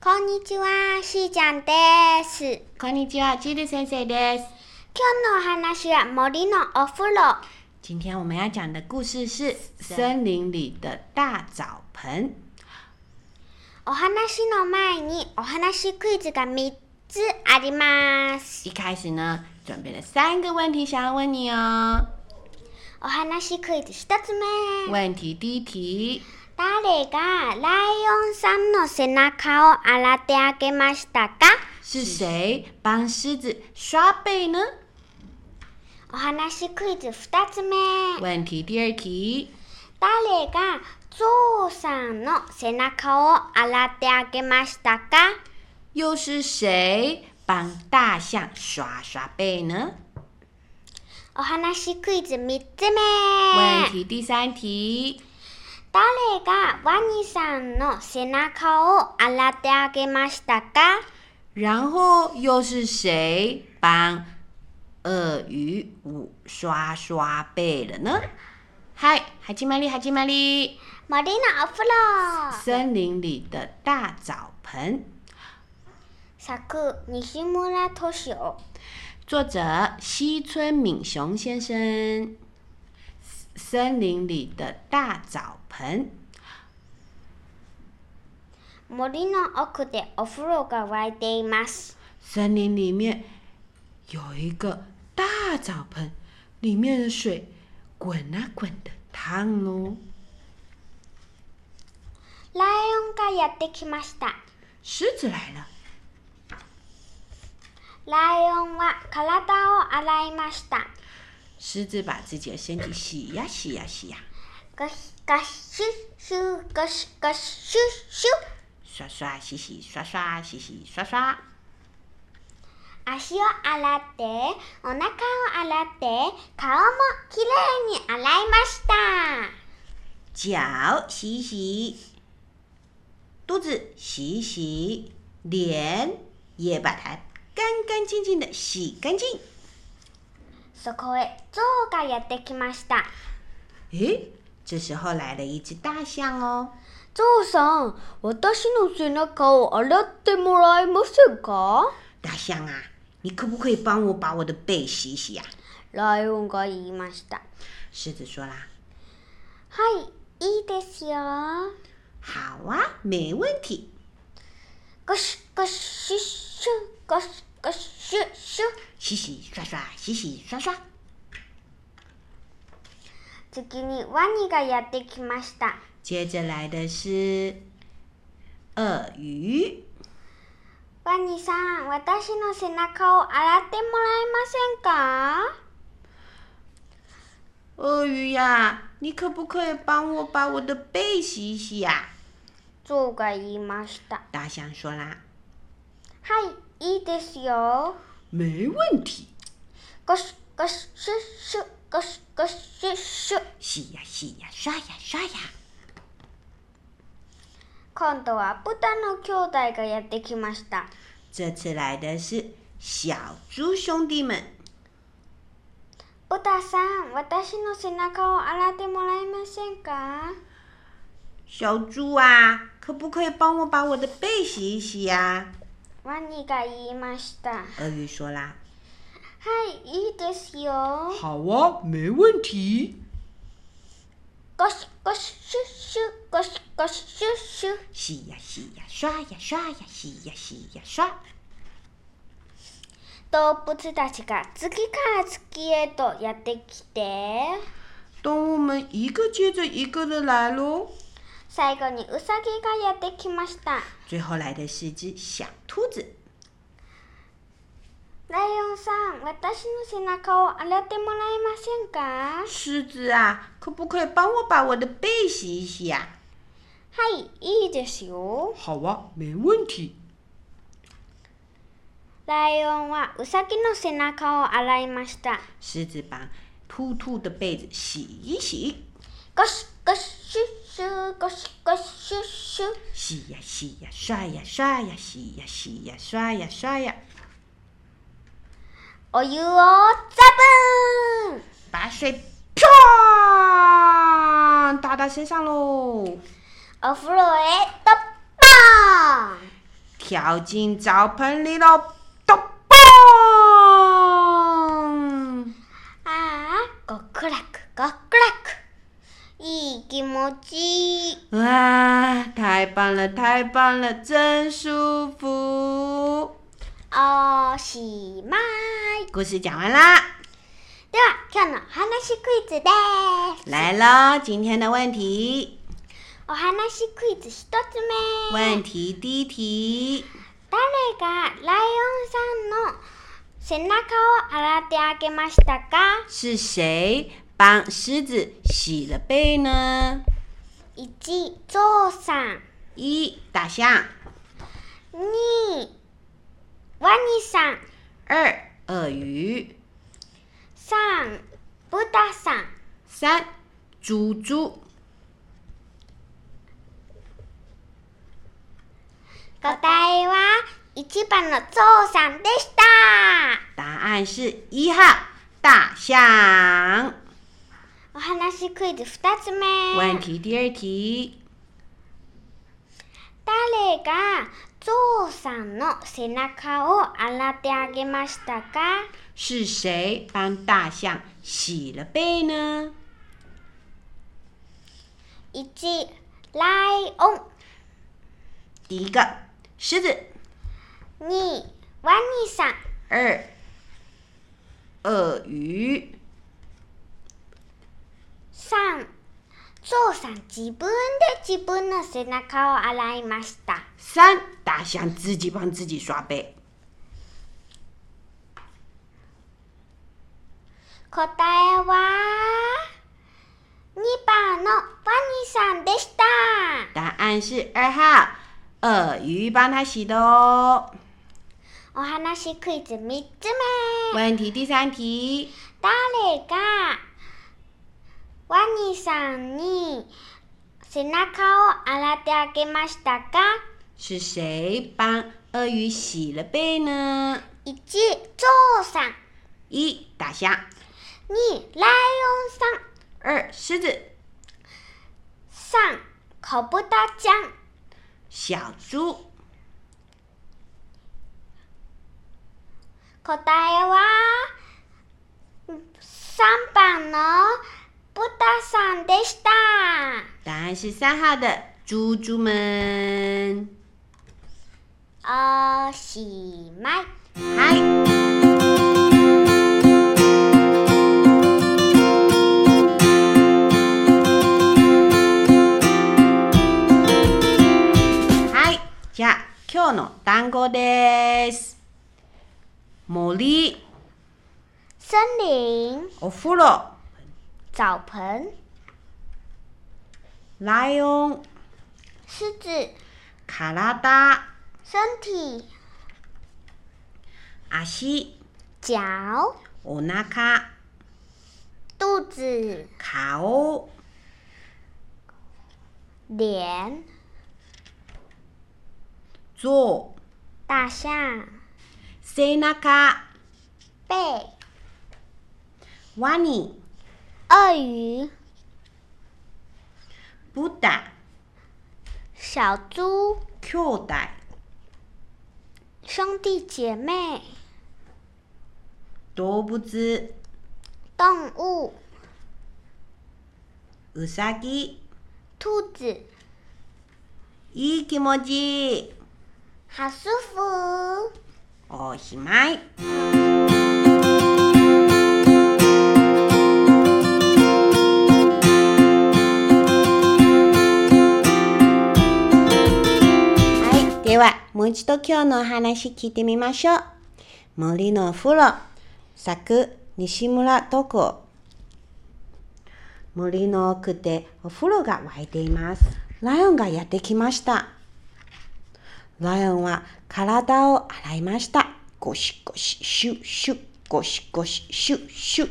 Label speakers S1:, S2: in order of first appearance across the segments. S1: こんにちは、しーちゃんです。今日
S2: こんにちは、ジル先生です。
S1: のお話は森のお風呂。
S2: 今天我们要讲的故事是森林里的大澡盆。
S1: お話の前にお話クイズが3つあります。
S2: 一开始呢，准备了三个问题想要问你哦。
S1: お話クイズ1つ目。
S2: 问题第一题，
S1: 誰がライオンさんの背中を洗ってあげましたか
S2: 是谁帮狮子刷背呢？
S1: お話クイズ2つ目。
S2: 问题第二题，
S1: 誰がゾウさんの背中を洗ってあげましたか
S2: 又是谁帮大象刷刷背呢？
S1: お話クイズ3つ目。嗯
S2: 问题第三题，
S1: 誰がワニさんの背中を洗ってあげましたか
S2: 然后又是谁帮鳄鱼五刷刷背了呢？嗨，海基玛丽，海基玛丽，
S1: 森のお風呂
S2: 森林里的大澡盆，
S1: 作西村敏夫
S2: 作者西村敏雄先生。森林里的大澡盆，
S1: 森の奥でお風呂が湧いています
S2: 森林里面有一个大澡盆，里面的水滚啊滚的烫哦。
S1: ライオンがやってきました
S2: 狮子来了，
S1: ライオンは体を洗いました
S2: 狮子把自己的身体洗呀洗呀洗呀，
S1: ガシガシシュガシガシシュシ
S2: 刷刷洗洗，刷刷洗洗，刷刷。
S1: ュ足を洗ってお腹を洗って顔もきれいに洗いました
S2: 脚洗洗，肚子洗洗，脸也把它干干净净的洗干净。
S1: そこへ象がやってきました。
S2: 诶，这时候来了一只大象哦。
S1: 象さん、私の背中を洗ってもらえませんか
S2: 大象啊，你可不可以帮我把我的背洗洗啊？
S1: ライオンが言いました。
S2: 狮子说啦
S1: はい、いいですよ。：“
S2: 好啊，没问题。
S1: ゴシゴシシュッシュ、ゴシゴシシュッシュ。
S2: 洗洗刷刷，洗洗刷刷。
S1: 次にワニがやってきました。”
S2: 接着来的是鳄鱼。
S1: ワニさん、私の背中を洗ってもらえませんか
S2: 鳄鱼呀、你可不可以帮我把我的背洗洗呀、
S1: 象が言いました。
S2: 大象说啦
S1: はい、いいですよ。：“
S2: 没问题。
S1: ゴシゴシシュッシュゴシゴシシュッシュ
S2: 洗呀洗呀，刷呀刷呀。
S1: 今度は豚の兄弟がやってきました
S2: 这次来的是小猪兄弟们。
S1: 豚さん私の背中を洗ってもらえませんか
S2: 小猪啊，可不可以帮我把我的背洗一洗啊呀、
S1: ワニが言いましたは
S2: 鳄鱼说啦
S1: いいいです：“よ
S2: 好啊，没问题。
S1: ゴシゴシシュッシュゴシゴシシュッシュ
S2: 洗呀洗呀，刷呀刷呀，洗呀洗呀刷。
S1: 動物たちが月から月へとやってきて
S2: 动物们一个接着一个的来喽。
S1: 最後にウサギがやってきました
S2: 最后来的是一只小兔子。
S1: 「ライオンさん、私の背中を洗ってもらえませんか
S2: 狮子啊，可不可以帮我把我的背洗一洗啊呀、
S1: はい、いいですよ。
S2: 好啊，没问题。
S1: ライオンはウサギの背中を洗いました。
S2: 狮子把兔兔的被子洗一洗，
S1: ゴシゴシシュッシュ、ゴシゴシシュッシュ。
S2: 洗呀洗呀，刷呀刷呀，洗呀洗呀，刷呀刷呀，
S1: お湯をザブーン
S2: 把水啪打到身上喽，
S1: お風呂へドッパーン
S2: 跳进澡盆里喽，咚嘣！
S1: ああ、極楽、極楽。いい気持ちいい。
S2: 哇，太棒了，太棒了，真舒服。
S1: おしまい。
S2: 故事讲完啦。
S1: では、今日のお話クイズです。
S2: 来喽，今天的问题，
S1: お話クイズ一つ目。
S2: 问题第一题，
S1: 誰がライオンさんの背中を洗ってあげましたか
S2: 是谁帮狮子洗了背呢？
S1: ?1、ゾウさん。
S2: 一大象，
S1: 2、ワニさん。
S2: 二鳄鱼，
S1: 3、ブタさん。
S2: 三猪猪。
S1: 答えは1番のゾウさんでした。
S2: 答案是一号大象。
S1: お話クイズ2つ目。
S2: 问题第二题，
S1: 誰がゾウさんの背中を洗ってあげましたか
S2: 是谁帮大象洗了背呢？
S1: ?1、ライオン。
S2: 第一个狮子，
S1: 2、ワニさん。
S2: 二鳄鱼，
S1: 3、ゾウさん自分で自分の背中を洗いました。
S2: 三大象自己帮自己刷背。
S1: 答えは2番のワニさんでした。
S2: 答案是二号，鳄鱼帮他洗的哦。
S1: お話クイズ3つ目。
S2: 问题第三题，
S1: 誰がワニさんに背中を洗ってあげましたか
S2: 是谁帮鳄鱼洗了背呢？
S1: ?1、ゾウさん。
S2: 一大象，
S1: 2、ライオ
S2: 二狮子，
S1: ンさん。3、コブタちゃん。
S2: 小猪。
S1: 答えは3番のブタさんでした。
S2: 答案是三号的猪猪们。
S1: おしまい。
S2: 嗨。はい、じゃあ今日の単語です。森、
S1: 森林、
S2: お風呂、
S1: 澡盆、
S2: ライオン、
S1: 狮子、
S2: 体、
S1: 身体、
S2: 足、
S1: 脚、
S2: お腹、
S1: 肚子、
S2: 顔、
S1: 脸、
S2: 象、
S1: 大象、
S2: 背中、
S1: 背、
S2: ワニ、
S1: 鳄鱼、
S2: ブタ、
S1: 小猪、
S2: 兄弟、
S1: 兄弟姐妹、
S2: 動物、
S1: 动物、
S2: うさぎ、
S1: 兔子、
S2: いい気持ちいい。
S1: 好舒服。
S2: おしまい。はい、ではもう一度今日のお話聞いてみましょう。森の風呂作西村徳子森の奥でお風呂が湧いていますライオンがやってきましたライオンは体を洗いましたゴシゴシシュッシュッゴシゴシシュッシュッ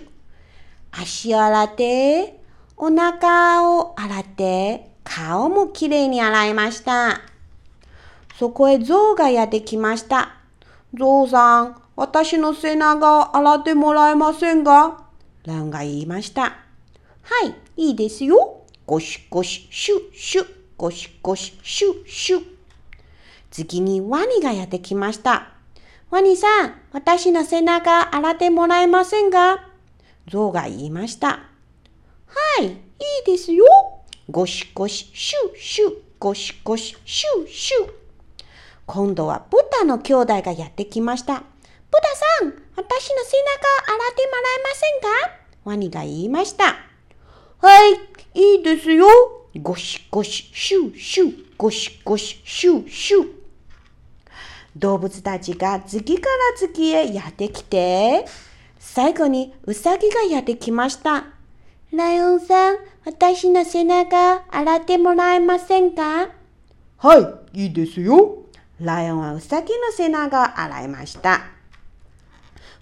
S2: 足を洗ってお腹を洗って顔もきれいに洗いましたそこへゾウがやってきました。ゾウさん、私の背中を洗ってもらえませんかランが言いました。はい、いいですよ。ゴシゴシ、シュッシュッ、ゴシゴシ、シュッシュッ。次にワニがやってきました。ワニさん、私の背中洗ってもらえませんかゾウが言いました。はい、いいですよ。ゴシゴシ、シュッシュッ、ゴシゴシ、シュッシュッ。今度はブタの兄弟がやってきました。ブタさん、私の背中を洗ってもらえませんかワニが言いました。はい、いいですよ。ゴシゴシ、シューシュー、ゴシゴシ、シューシュー。動物たちが次から次へやってきて、最後にウサギがやってきました。ライオンさん、私の背中洗ってもらえませんかはい、いいですよ。ライオンはウサギの背中を洗いました。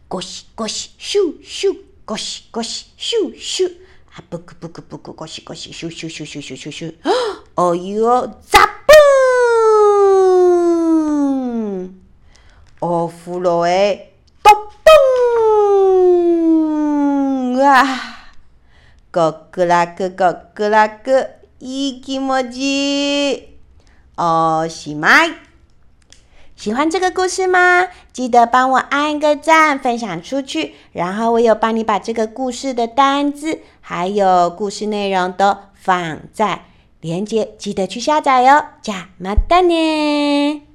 S2: ゴシゴシ、シューシュー、ゴシゴシ、シューシュー。あ、ブクブクブク、ゴシゴシ、シューシューシューシューシューシューシュー。あ お湯をザップーンお風呂へドッポンうわ極楽極楽、いい気持ち。おしまい。喜欢这个故事吗？记得帮我按一个赞，分享出去。然后我有帮你把这个故事的单字还有故事内容都放在链接，记得去下载哦哟。じゃあまたね。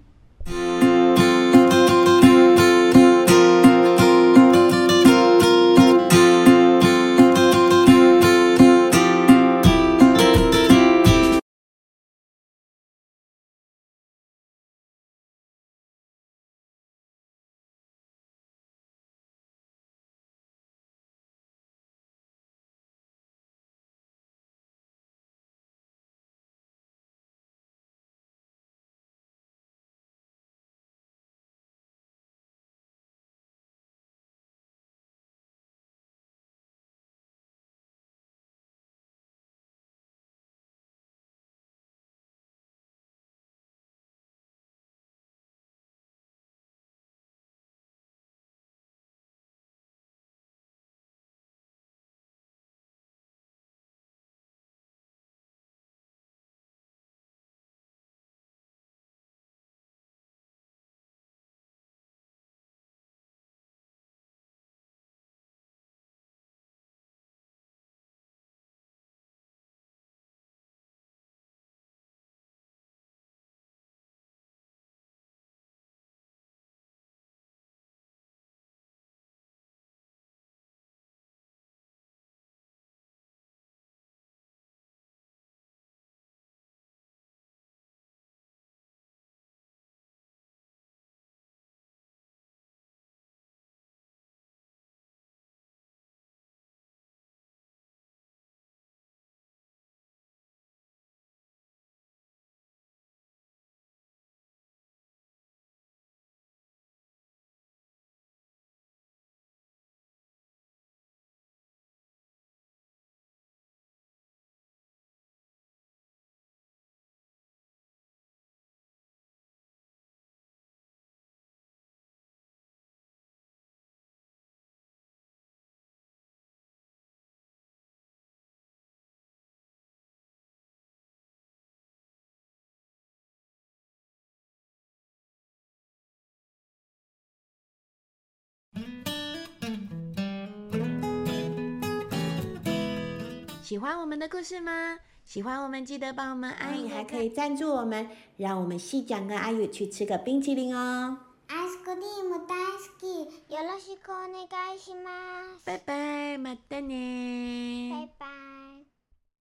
S2: 喜欢我们的故事吗？喜欢我们记得帮我们按一
S3: 你
S2: 个
S3: 还
S2: 赞
S3: 可以赞助我们，让我们细讲跟阿宇去吃个冰淇淋哦。
S1: アイスクリーム大好き。よろしくお願いします。
S2: 拜拜，马丹呢？
S1: バイバイ。